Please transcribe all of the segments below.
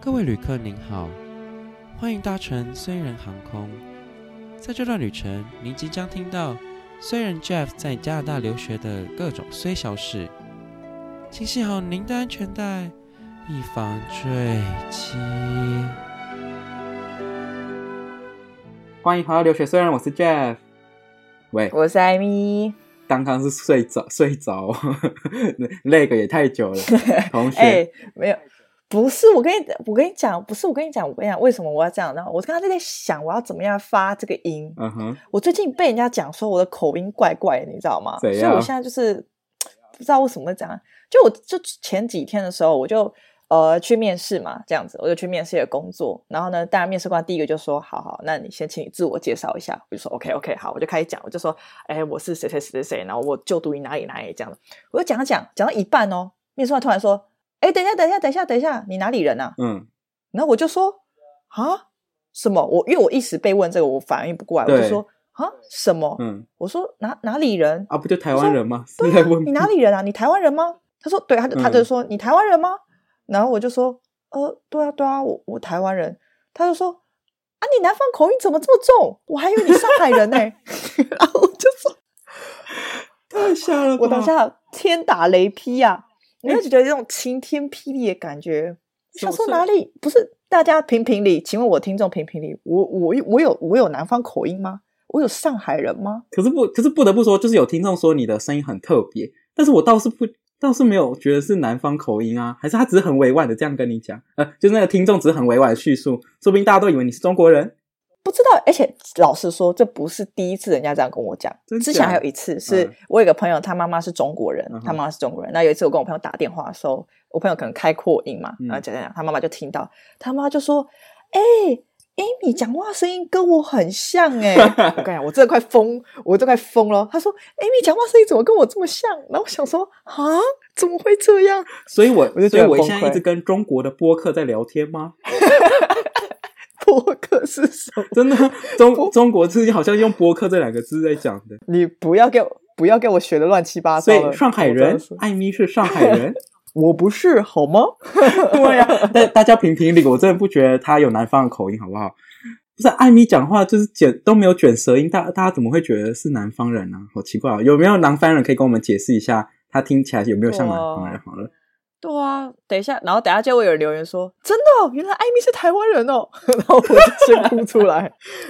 各位旅客您好，欢迎搭乘虽然航空。在这段旅程，您即将听到虽然 Jeff 在加拿大留学的各种虽小事。请系好您的安全带，以防坠机。欢迎回到留学虽然我是 Jeff。喂，我是艾米。刚刚是睡着睡着， 那个也太久了，同学。 哎、没有，不是我跟你，我跟你讲，不是我跟你讲，我跟你讲，为什么我要这样呢？我刚刚就在想，我要怎么样发这个音。嗯哼，我最近被人家讲说我的口音怪怪的，你知道吗？所怎以样我现在就是不知道为什么会这样。就我就前几天的时候，我就呃去面试嘛，这样子，我就去面试一个工作。然后呢，当然面试官第一个就说：“好好，那你先请你自我介绍一下。”我就说：“OK OK，好。”我就开始讲，我就说：“哎，我是谁谁谁谁谁，然后我就读于哪里哪里这样的。”我就讲讲讲到一半哦，面试官突然说：“哎，等一下，等一下，等一下，等一下，你哪里人啊？”嗯，然后我就说啊什么？我因为我一时被问这个，我反应不过来，我就对说啊什么？嗯，我说哪哪 里人？啊，不就台湾人吗？对是在啊问，你哪里人啊？你台湾人吗？他说对，他就他就嗯说、你台湾人吗？然后我就说呃对啊对啊，我我台湾人。他就说啊你南方口音怎么这么重？我还以为你上 海人呢、然后我就说，太吓了吧！我当下天打雷劈呀、哎啊，你会觉得这种晴天霹雳的感觉。什么想说事哪里不是？大家评评理，请问我听众评评理，我我我有我有南方口音吗？我有上海人吗？可是不，可是不得不说，就是有听众说你的声音很特别，但是我倒是不，倒是没有觉得是南方口音啊，还是他只是很委婉的这样跟你讲，呃，就是那个听众只是很委婉的叙述，说不定大家都以为你是中国人。不知道。而且老实说，这不是第一次人家这样跟我讲真，之假前还有一次是嗯我有一个朋友，他妈妈是中国人嗯，哼他妈妈是中国人。那有一次我跟我朋友打电话的时候，我朋友可能开扩音嘛，嗯然后讲讲讲，他妈妈就听到，他妈就说：“哎、Amy 讲话声音跟我很像 哎、我跟你讲，我真的快疯，我都快疯了。他说：“Amy 讲话声音怎么跟我这么像？”然后我想说：“啊，怎么会这样？” 所以我，我所就觉以得很我崩现在一直溃跟中国的播客在聊天吗？播客是什么？真的，中中国自己好像用播客这两个字在讲的。你不要给我不要给我学的乱七八糟所了。以上海我真人的是，艾咪是上海人，我不是好 吗？对呀、 但大家评评理，我真的不觉得他有南方的口音，好不好？不是艾米讲话就是卷都没有卷舌音，大大家怎么会觉得是南方人呢、好奇怪哦！有没有南方人可以跟我们解释一下，他听起来有没有像南方哦人？好了，对啊，等一下，然后等一下就会有人留言说：“真的哦、原来艾米是台湾人哦。” 然后我就先哭出来，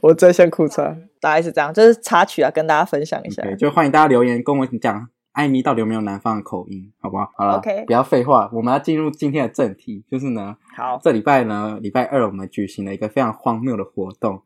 我真先哭出来。 大概是这样，就是插曲啊，跟大家分享一下。对，就欢迎大家留言跟我讲艾米到底有没有南方的口音，好不好？好了 OK 不要废话，我们要进入今天的正题，就是呢，好，这礼拜呢，礼拜二我们举行了一个非常荒谬的活动，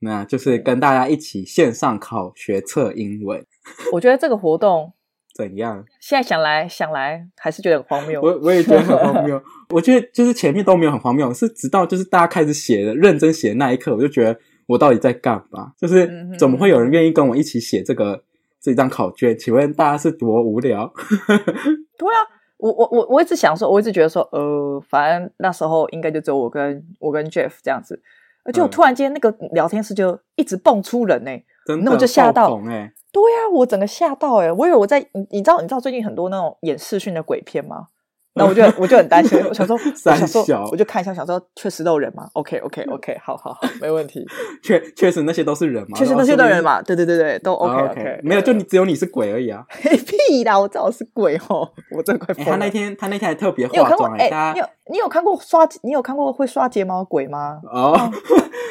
那就是跟大家一起线上考学测英文，我觉得这个活动怎样？现在想来想来，还是觉得很荒谬。我我也觉得很荒谬。我觉得就是前面都没有很荒谬，是直到就是大家开始写的认真写的那一刻，我就觉得我到底在干嘛？就是嗯哼怎么会有人愿意跟我一起写这个这张考卷？请问大家是多无聊？对啊，我我我我一直想说，我一直觉得说，呃，反正那时候应该就只有我跟我跟 Jeff 这样子，而且我嗯突然间那个聊天室就一直蹦出人欸呢、真的那我就吓到哎、欸！对呀、我整个吓到哎、我以为我在你你知道你知道最近很多那种演视讯的鬼片吗？那我就我就很担心，我想说，我三想说小，嗯我就看一下，想说确实都有人吗？OK OK OK，好好好，没问题，确确实那些都是人嘛，确实那些都有人嘛，对对对对，都然 OK 后。 OK，, 呃啊没有，就你只有你是鬼而已啊！ 嘿屁啦，我知道我是鬼哦，我真的快哎、疯他了。那天他那天还特别你有化看过妆哎、哎、大家你有你有看过刷你有看过会刷睫毛的鬼吗？哦，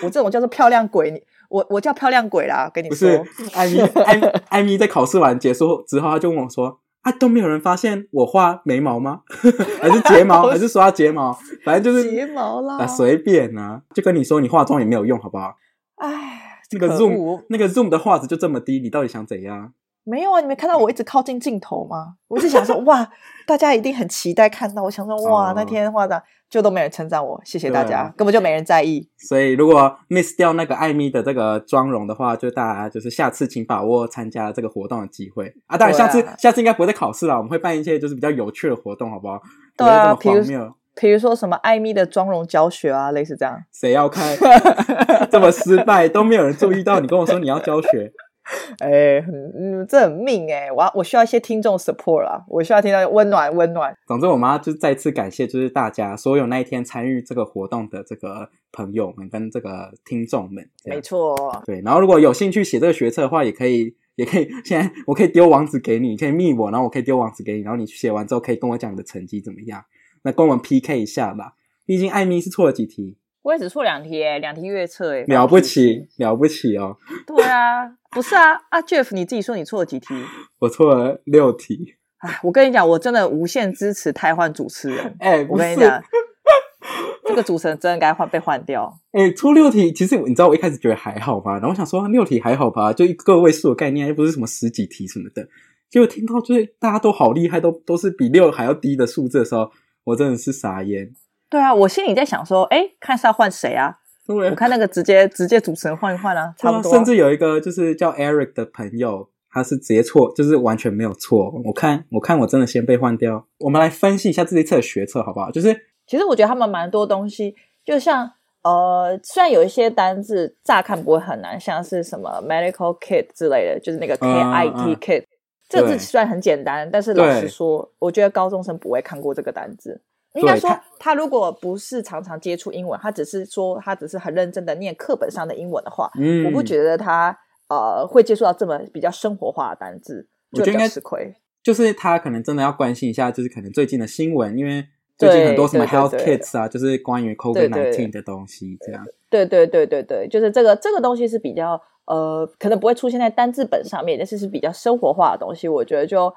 我这种叫做漂亮鬼，你我我叫漂亮鬼啦，跟你不说，是 艾米 艾艾米在考试完结束之后，他就问我说：“啊，都没有人发现我画眉毛吗？ 还是睫 毛？还是刷睫毛？反正就是睫毛啦啊，，随便啊，就跟你说你化妆也没有用，好不好？哎、那个可 zoom 恶那个 zoom 的画质就这么低，你到底想怎样？没有啊，你没看到我一直靠近镜头 吗？我一直想说，哇，大家一定很期待看到。我想说，哇，哦那天画的就都没人称赞我，谢谢大对家，啊根本就没人在意。所以如果 miss 掉那个艾米的这个妆容的话，就大家就是下次请把握参加这个活动的机会啊！当然对下啊次、下次应该不会再考试了，我们会办一些就是比较有趣的活动，好不好？对啊不会这么荒比谬。比如说什么艾米的妆容教学啊，类似这样。 谁要看这么失败都没有人注意到你，跟我说你要教学， 哎，很嗯，这很命哎、我要我需要一些听众 support 啦，我需要听到温暖温暖。总之，我们要就是再次感谢，就是大家所有那一天参与这个活动的这个朋友们跟这个听众们。这样没错，对，啊然后如果有兴趣写这个学测的话，也可以， 也可以，现在我可以丢网址给你，你可以密我，然后我可以丢网址给你，然后你写完之后可以跟我讲你的成绩怎么样，那跟我们 PK 一下吧。毕竟艾米是错了几题，我也只错两题哎、两题月测哎、了不。起，了不起哦！对啊，不是啊啊，Jeff 你自己说你错了几题？我错了六题。哎，我跟你讲，我真的无限支持汰换主持人。 哎、我不跟是，你讲，这个主持人真的该换被换掉。哎、出六题，其实你知道我一开始觉得还好吧，然后我想说啊六题还好吧，就一个位数的概念，又不是什么十几题什么的。结果听到就是大家都好厉害，都都是比六还要低的数字的时候，我真的是傻眼。对啊，我心里在想说，哎，看是要换谁啊？对我看那个直接直接主持人换一换啊，差不多啊。甚至有一个就是叫 Eric 的朋友，他是直接错，就是完全没有错。我看，我看，我真的先被换掉。我们来分析一下这一次的学测好不好？就是其实我觉得他们蛮多东西，就像呃，虽然有一些单字乍看不会很难，像是什么 medical kit 之类的，就是那个 K 嗯 I 嗯 T 嗯 kit，、这个对字虽然很简单，但是老实对说，我觉得高中生不会看过这个单字。应对该说他，他如果不是常常接触英文，他只是说他只是很认真的念课本上的英文的话，嗯，我不觉得他呃会接触到这么比较生活化的单字，我就觉得比较应该吃亏。就是他可能真的要关心一下，就是可能最近的新闻，因为最近对很多什么对对 health 对 kits 啊，就是关于对 COVID 对对 nineteen 的东西，这样对对对对对，就是这个这个东西是比较呃，可能不会出现在单字本上面，但是是比较生活化的东西。我觉得就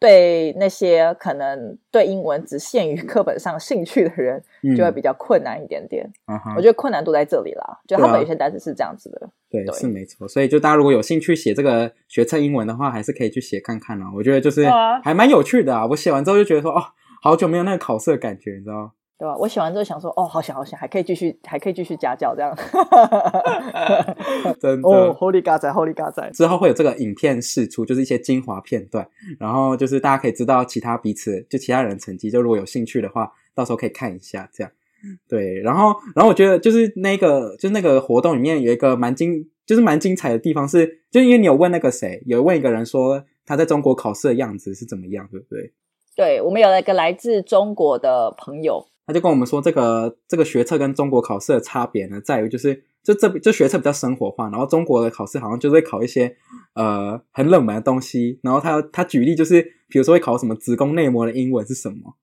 对那些可能对英文只限于课本上兴趣的人，嗯，就会比较困难一点点。嗯哼我觉得困难度在这里啦，就他对们啊有些单词是这样子的。对，对是没错。所以就大家如果有兴趣写这个学测英文的话，还是可以去写看看啦。我觉得就是对啊还蛮有趣的啊。我写完之后就觉得说，哦，好久没有那个考试的感觉，你知道吗？ 对吧？我写完之后想说，哦，好想好想，还可以继续，还可以继续家教这样。 真的。哦，Holy God 仔，Holy God 仔，之后会有这个影片释出，就是一些精华片段，然后就是大家可以知道其他彼此就其他人的成绩，就如果有兴趣的话，到时候可以看一下这样。对，然后然后我觉得就是那个就是那个活动里面有一个蛮精就是蛮精彩的地方是，就是因为你有问那个谁，有问一个人说他在中国考试的样子是怎么样，对不对？对我们有了一个来自中国的朋友，他就跟我们说，这个这个学测跟中国考试的差别呢，在于就是就这这学测比较生活化，然后中国的考试好像就是会考一些呃很冷门的东西，然后他他举例就是，比如说会考什么子宫内膜的英文是什么，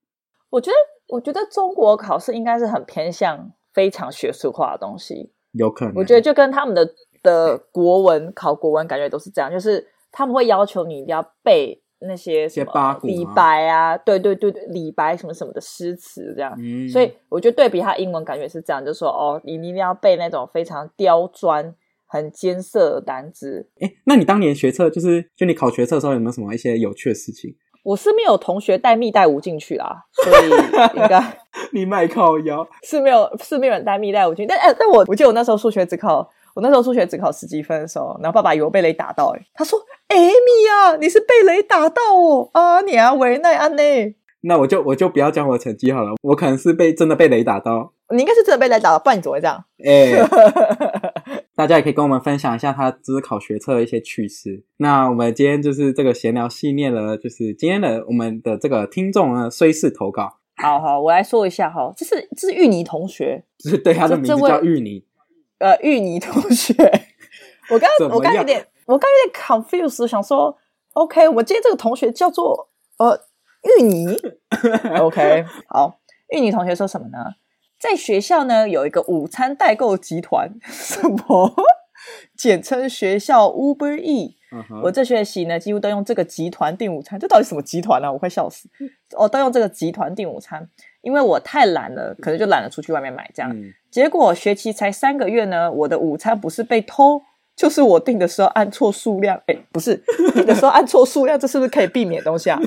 我觉得，我觉得中国考试应该是很偏向非常学术化的东西。有可能我觉得就跟他们的的国文考国文感觉都是这样，就是他们会要求你一定要背那些什些八么股吗李白啊，对对对对，李白什么什么的诗词这样。嗯，所以我觉得对比他英文感觉是这样，就说哦，你你一定要背那种非常刁钻、很艰涩的单词。哎，那你当年学测就是就你考学测的时候有没有什么一些有趣的事情？我是没有同学带密带无进去啦，所以应该。 你卖靠腰，是没有是没有人带密带我去，但哎、但我我记得我那时候数学只考，我那时候数学只考十几分的时候，然后爸爸以为我被雷打到、欸，他说：“哎、米啊，你是被雷打到哦，啊你啊维奈安内，那我就我就不要讲我的成绩好了，我可能是被真的被雷打到，你应该是真的被雷打到，不然你怎么会这样哎、 大家也可以跟我们分享一下他就是考学测的一些趣事。那我们今天就是这个闲聊系列了，就是今天的我们的这个听众呢，虽是投稿，？”好好，我来说一下哈，这是这是芋泥同学，就是对他的这名字这位叫芋泥，呃，芋泥同学，我刚怎么样我刚有点我刚有点 confused，我想说，OK，我们今天这个同学叫做呃芋泥 ，OK，好，芋泥同学说什么呢？在学校呢有一个午餐代购集团， 什么简称学校 Uber E。嗯哼我这学期呢几乎都用这个集团订午餐，这到底什么集团啊？我快笑死！哦，都用这个集团订午餐，因为我太懒了，可能就懒得出去外面买这样。嗯，结果学期才三个月呢，我的午餐不是被偷，就是我订的时候按错数量。哎，不 是订的时候按错数量，这是不是可以避免的东西啊？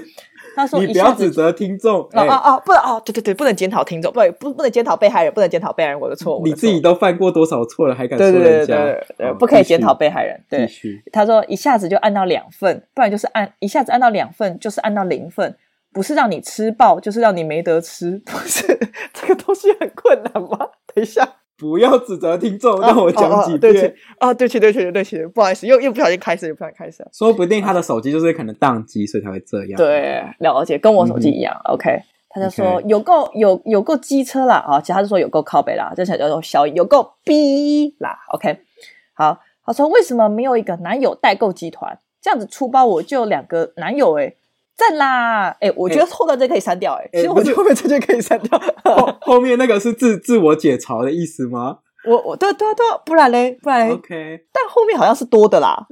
他说你一不下要子指就。责听众，啊哎、啊啊！不能啊，对对对，不能检讨听众，不不不能检讨被害人，不能检讨被害人我的错，我的你自己错都犯过多少错了，还敢说对对对对人家？哦对对，好不可以继续检讨被害人。对继，续，他说一下子就按到两份，不然就是按一下子按到两份，就是按到零份，不是让你 吃爆，就是让你没得吃，不是这个东西很困难吗？等一下，不要指责听众，让我讲几遍。哦对不起啊，对不起，对不起，对不起，不好意思，又又不小心开始，又不小心开始了。说不定他的手机就是可能宕机，所以才会这样。，对，了解，跟我手机一样。OK，他就说 OK 有够有有够机车啦啊，其实他就说有够靠北啦，这才叫做小有够逼啦。OK，好，他说为什么没有一个男友代购集团这样子出包，我就有两个男友哎、赞啦！哎、我觉得后段这可以删掉哎、哎其实我不觉是得后面这就可以删掉。后后面那个是自自我解嘲的意思吗 我我对对对，不然嘞，不然嘞？OK，但后面好像是多的 啦。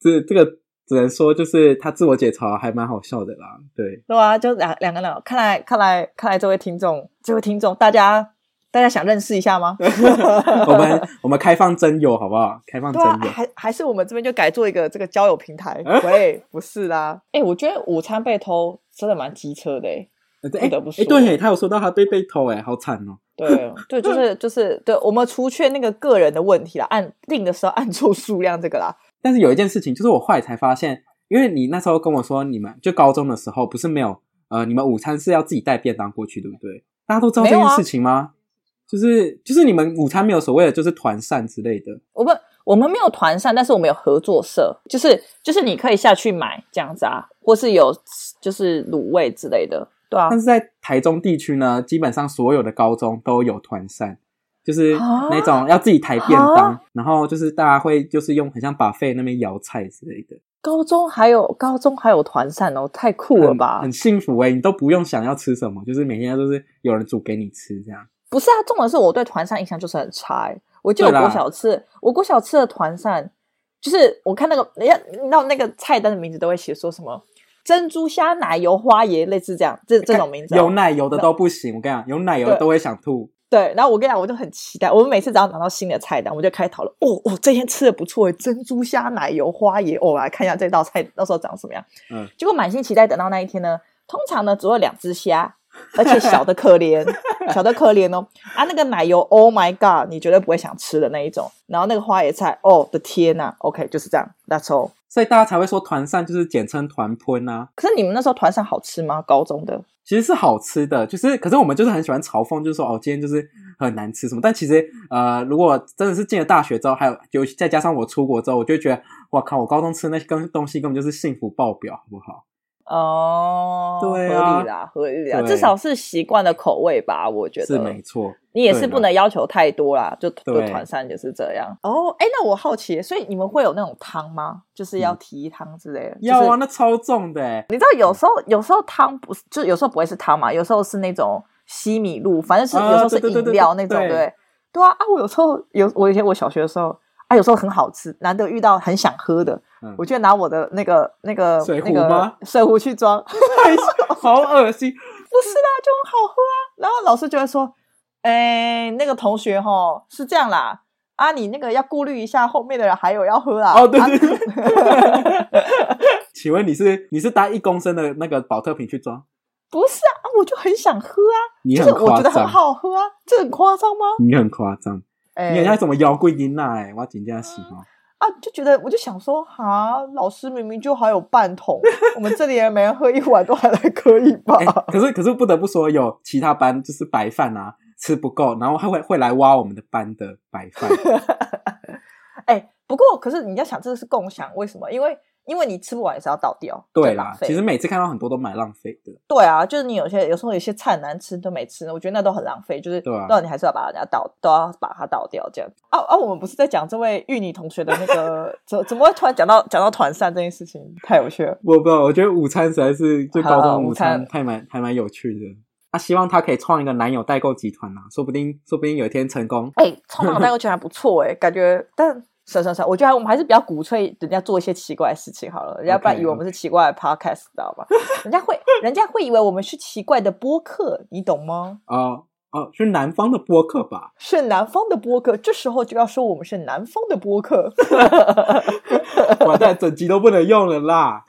这这个只能说就是他自我解嘲还蛮好笑的啦。对，对啊，就两两个人，看来看来看来这位听众，这位听众，大家大家想认识一下吗？我 们我们开放真友好不好？开放对真啊，友。还还是我们这边就改做一个这个交友平台？喂，不是啦，哎、我觉得午餐被偷真的蛮机车的、欸，哎不得不说哎，对，他有说到他被被偷，哎，好惨哦。对 对，就是就是对，我们除却那个个人的问题啦，按定的时候按错数量这个啦，但是有一件事情，就是我后来才发现，因为你那时候跟我说，你们就高中的时候不是没有呃，你们午餐是要自己带便当过去，对不对？大家都知道这没有件啊事情吗？就是就是你们午餐没有所谓的就是团膳之类的，我们我们没有团扇，但是我们有合作社，就是就是你可以下去买这样子啊，或是有就是卤味之类的，对啊但，是在台中地区呢，基本上所有的高中都有团膳，就是啊那种要自己抬便当，啊然后就是大家会就是用很像把费那边舀菜之类的，高中还有高中还有团扇哦，太酷了吧很？很幸福哎、你都不用想要吃什么，就是每天都是有人煮给你吃这样。不是啊，重点是我对团扇印象就是很差、欸。我记得对啦我国小吃，我国小吃的团扇，就是我看那个人家那那个菜单的名字都会写说什么珍珠虾奶油花椰，类似这样这这种名字啊、有奶油的都不行，我跟你讲，有奶油的都会想吐。对，然后我跟你讲，我就很期待。我们每次只要拿到新的菜单，我们就开始讨论。哦哦，这天吃的不错耶，珍珠虾奶油花椰。哦，我来看一下这道菜到时候长什么样。嗯，结果满心期待等到那一天呢，通常呢只有两只虾，而且小的可怜， 小的可怜哦。啊，那个奶油，Oh my God，你绝对不会想吃的那一种。然后那个花椰菜，哦的天呐、o k 就是这样，That's all。所以大家才会说团扇就是简称团喷啊，可是你们那时候团上好吃吗？高中的其实是好吃的，就是可是我们就是很喜欢嘲讽，就是说哦，今天就是很难吃什么。但其实呃，如果真的是进了大学之后，还有尤其再加上我出国之后，我就会觉得哇靠，我高中吃那些根东西根本就是幸福爆表，好不好？哦，对啊合理啦，合理啦，对至少是习惯的口味吧，我觉得是没错。你也对是不啦能要求太多啦，就就对团扇就是这样。哦，哎，那我好奇，所以你们会有那种汤吗？就是要提汤之类的？嗯要就啊，是那超重的欸，你知道有时候有时候汤不是，就有时候不会是汤嘛，有时候是那种西米露，反正是啊有时候是对对对饮料那对种，对对不对？对啊啊！我有时候有我以前我小学的时候啊，有时候很好吃，难得遇到很想喝的嗯，我就拿我的那个那个水壶那个吗水壶去装，好恶心。不是啦，就很好喝啊。然后老师就会说，哎、那个同学吼是这样啦，啊，你那个要顾虑一下后面的人还有要喝啊。哦，对啊对对。请问你是你是搭一公升的那个保特瓶去装？ 不是啊，啊我就很想喝啊，你就很是我夸觉得很张，好喝啊，这很夸张吗？你很夸张。哎、你很像什么妖怪妮娜哎，我真正喜欢。啊，就觉得我就想说，哈，老师明明就还有半桶，我们这里人每人喝一碗都还来可以吧？ 哎、可是可是不得不说，有其他班就是白饭啊吃不够，然后还会会来挖我们的班的白饭。哎、不过可是你要想，这个是共享，为什么？因为因为你吃不完也是要倒掉，对就啦浪，费其实每次看到很多都蛮浪费的。对啊，就是你有些有时候有些菜很难吃都没吃，我觉得那都很浪费。就是对啊到你还是要把人家倒，都要把它倒掉这样。啊啊，我们不是在讲这位芋泥同学的那个怎怎么会突然讲到讲到团扇这件事情，太有趣了。我不知道，我觉得午餐实在是就高好中午午餐餐还蛮还蛮有趣的。啊，希望他可以创一个男友代购集团啊，说不定说不定有一天成功。哎、冲浪代购居然不错哎、感觉但。算算算，我觉得我们还是比较鼓吹人家做一些奇怪的事情好了，人家不然 OK，以为我们是奇怪的 podcast，知道吧？人家会，人家会以为我们是奇怪的播客，你懂吗？哦哦，是南方的播客吧？ 是南方的播客，这时候就要说我们是南方的播客。 完蛋，整集都不能用了啦。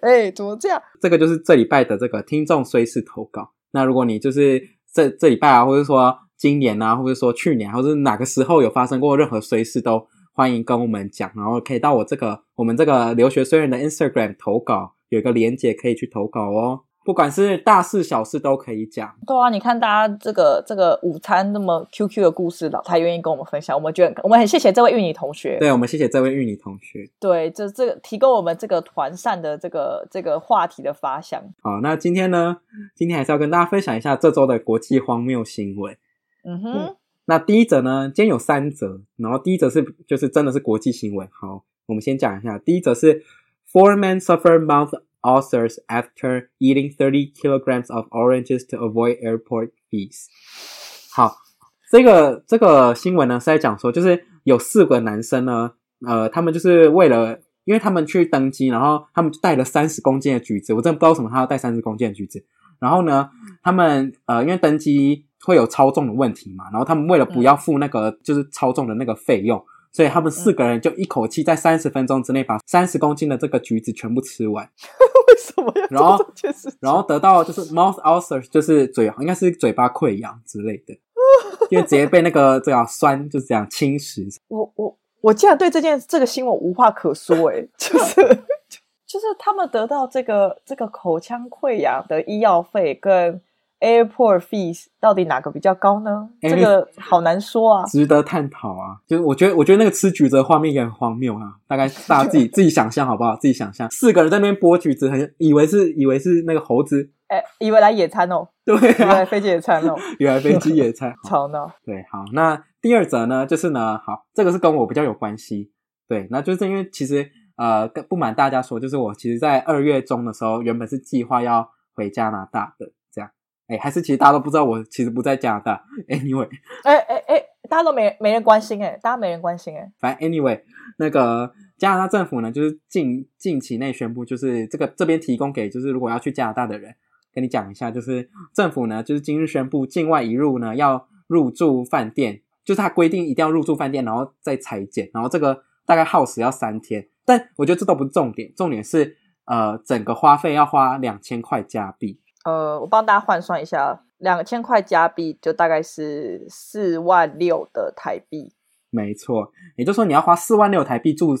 哎、怎么这样？这个就是这礼拜的这个听众虽是投稿。那如果你就是这这礼拜啊，或者说今年啊，或者说去年，或者是哪个时候有发生过任何虽事，都欢迎跟我们讲，然后可以到我这个我们这个留学虽然的 Instagram 投稿，有一个连接可以去投稿哦。不管是大事小事都可以讲。对啊，你看大家这个这个午餐那么 QQ 的故事，老太愿意跟我们分享，我们觉得很我们很谢谢这位玉女同学。对，我们谢谢这位玉女同学。对，这这个提供我们这个团扇的这个这个话题的发想。好，那今天呢，今天还是要跟大家分享一下这周的国际荒谬新闻。嗯哼，那第一则呢，今天有三则，然后第一则是就是真的是国际新闻。好，我们先讲一下，第一则是 Four men suffer mouth ulcers after eating thirty kilograms of oranges to avoid airport fees。好，这个这个新闻呢是在讲说，就是有四个男生呢，呃，他们就是为了。因为他们去登机，然后他们就带了三十公斤的橘子，我真的不知道为什么他要带三十公斤的橘子。然后呢，他们呃，因为登机会有超重的问题嘛，然后他们为了不要付那个、就是超重的那个费用，所以他们四个人就一口气在三十分钟之内把三十公斤的这个橘子全部吃完，为什么要然后做这件事情？然后得到就是 mouth ulcer，就是嘴应该是嘴巴溃疡之类的，因为直接被那个这样酸就是这样侵蚀。我我我竟然对这件这个新闻无话可说 哎、就是就是他们得到这个这个口腔溃疡的医药费跟 airport fees 到底哪个比较高呢？哎这个好难说啊。值得探讨啊！就是我觉得，我觉得那个吃橘子的画面也很荒谬啊。大概大家自己自己想象好不好？自己想象，四个人在那边剥橘子，很以为是以为是那个猴子，哎，以为来野餐哦，对以为来啊，飞机野餐哦，原来飞机野餐。好，吵闹。对，好。那第二则呢，就是呢，好，这个是跟我比较有关系。对，那就是因为其实呃，跟不瞒大家说，就是我其实，在二月中的时候，原本是计划要回加拿大的，这样。哎，还是其实大家都不知道我其实不在加拿大。Anyway， 哎哎哎，大家都没没人关心哎、大家没人关心哎、反正 anyway，那个加拿大政府呢，就是近近期内宣布，就是这个这边提供给就是如果要去加拿大的人，跟你讲一下，就是政府呢，就是今日宣布境外一入呢要入住饭店，就是它规定一定要入住饭店，然后再裁剪，然后这个大概耗时要三天，但我觉得这都不是重点，重点是呃整个花费要花两千块加币，呃，我帮大家换算一下，啊两千块加币就大概是四万六的台币。没错，也就是说你要花四万六台币住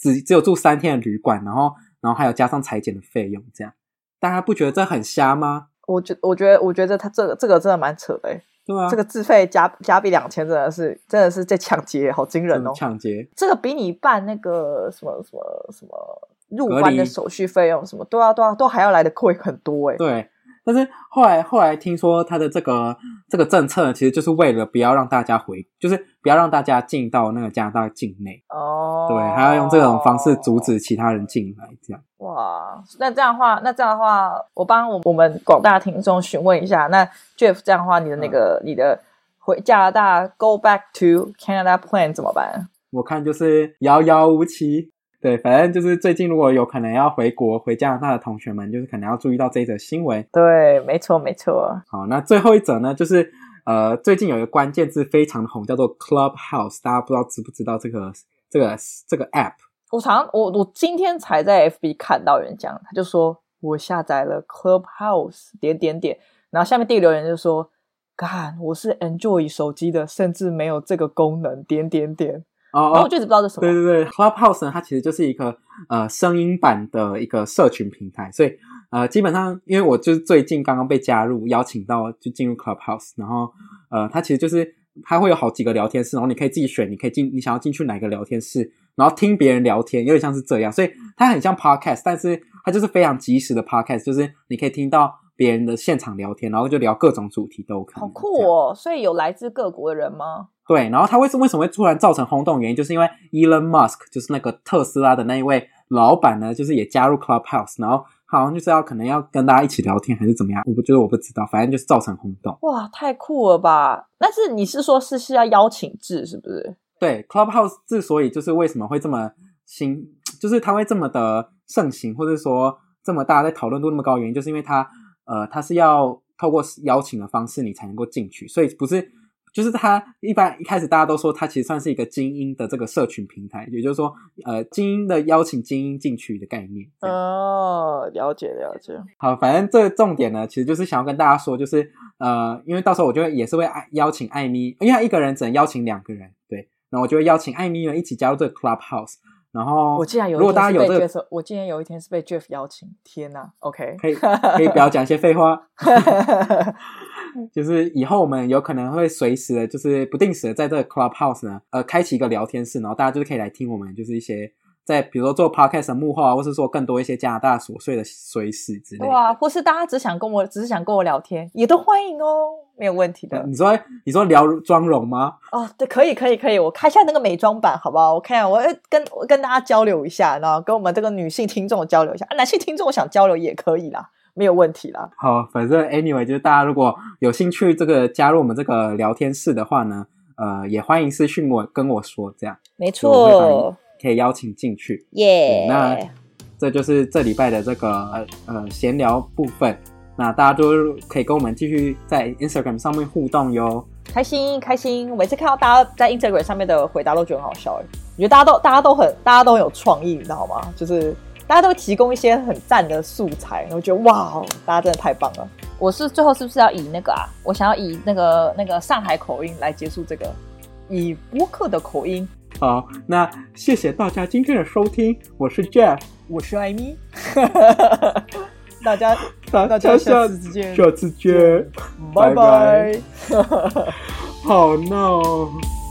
只只有住三天的旅馆，然后然后还有加上裁剪的费用，这样大家不觉得这很瞎吗？我觉我觉得我觉得他这个这个真的蛮扯的、欸，对啊，这个自费加加币两千真的是真的是在抢劫，好惊人这哦种！嗯抢劫，这个比你办那个什么什么什么入隔关的离手续费用什么，对啊对啊，都还要来的贵很多哎、对。但是后来后来听说他的这个这个政策，其实就是为了不要让大家回，就是不要让大家进到那个加拿大境内，哦，对，还要用这种方式阻止其他人进来，这样。哇，那这样的话，那这样的话，我帮我我们广大听众询问一下，那 Jeff 这样的话，你的那个、你的回加拿大 Go Back to Canada Plan 怎么办？我看就是遥遥无期。对，反正就是最近如果有可能要回国回加拿大的同学们，就是可能要注意到这一则新闻。对，没错没错，好，那最后一则呢，就是呃，最近有一个关键字非常红，叫做 Clubhouse，大家不知道知不知道这个这个这个 app？我常我我今天才在 FB 看到有人讲，他就说我下载了 Clubhouse 点点点，然后下面第一个留言就说，干，我是 Enjoy 手机的，甚至没有这个功能点点点，哦然后我哦，就一直不知道这是什么对，对对，Clubhouse 呢，它其实就是一个呃声音版的一个社群平台，所以呃，基本上因为我就是最近刚刚被加入，邀请到就进入 Clubhouse，然后呃，它其实就是它会有好几个聊天室，然后你可以自己选，你可以进你想要进去哪个聊天室，然后听别人聊天，有点像是这样，所以它很像 podcast，但是它就是非常及时的 podcast，就是你可以听到别人的现场聊天，然后就聊各种主题都有可能。好酷哦！所以有来自各国的人吗？对，然后他为什为什么会突然造成轰动？原因就是因为 Elon Musk 就是那个特斯拉的那一位老板呢，就是也加入 Clubhouse，然后好像就是要可能要跟大家一起聊天还是怎么样，我不觉得我不知道，反正就是造成轰动。哇，太酷了吧！但是你是说是是要邀请制是不是？对，Clubhouse 之所以就是为什么会这么新，就是它会这么的盛行，或者说这么大家在讨论度那么高，原因就是因为它呃，它是要透过邀请的方式你才能够进去，所以不是就是它一般一开始大家都说它其实算是一个精英的这个社群平台，也就是说呃，精英的邀请精英进去的概念。这样哦，了解了解。好，反正这个重点呢，其实就是想要跟大家说，就是呃，因为到时候我就会也是会爱邀请艾米，因为她一个人只能邀请两个人，对，然后我就会邀请艾米呢一起加入这个 Clubhouse，然后我竟然有如一果大天家是有被这个 Jeff，我竟然有一天是被 Jeff 邀请，天哪！OK， 可以可以不要讲一些废 话，就是以后我们有可能会随时的，就是不定时的在这个 Clubhouse 呢，呃，开启一个聊天室，然后大家就是可以来听我们就是一些在比如说做 podcast 的幕后啊，或是说更多一些加拿大琐碎的随事之类的。哇，或是大家只想跟我，只是想跟我聊天，也都欢迎哦，没有问题的呃你说你说聊妆容吗？哦。对，可以，可以，可以，我开一下那个美妆版，好不好？我看一下，我呃跟我跟大家交流一下，然后跟我们这个女性听众交流一下，啊男性听众我想交流也可以啦，没有问题啦。好，反正 anyway，就是大家如果有兴趣这个加入我们这个聊天室的话呢，呃，也欢迎私讯我跟我说，这样没我会把你，可以邀请进去。对耶那这就是这礼拜的这个呃呃闲聊部分。那大家都可以跟我们继续在 Instagram 上面互动哟。开心开心！我每次看到大家在 Instagram 上面的回答都觉得很好笑哎，我觉得大家都大家都很大家都很有创意，你知道吗？就是大家都提供一些很赞的素材，我觉得哇哦，大家真的太棒了！我是最后是不是要以那个啊？我想要以那个那个上海口音来结束这个，以播客的口音。好，那谢谢大家今天的收听，我是 Jeff，我是艾米， 大家大大家下次见下次见，拜拜拜拜。好 no。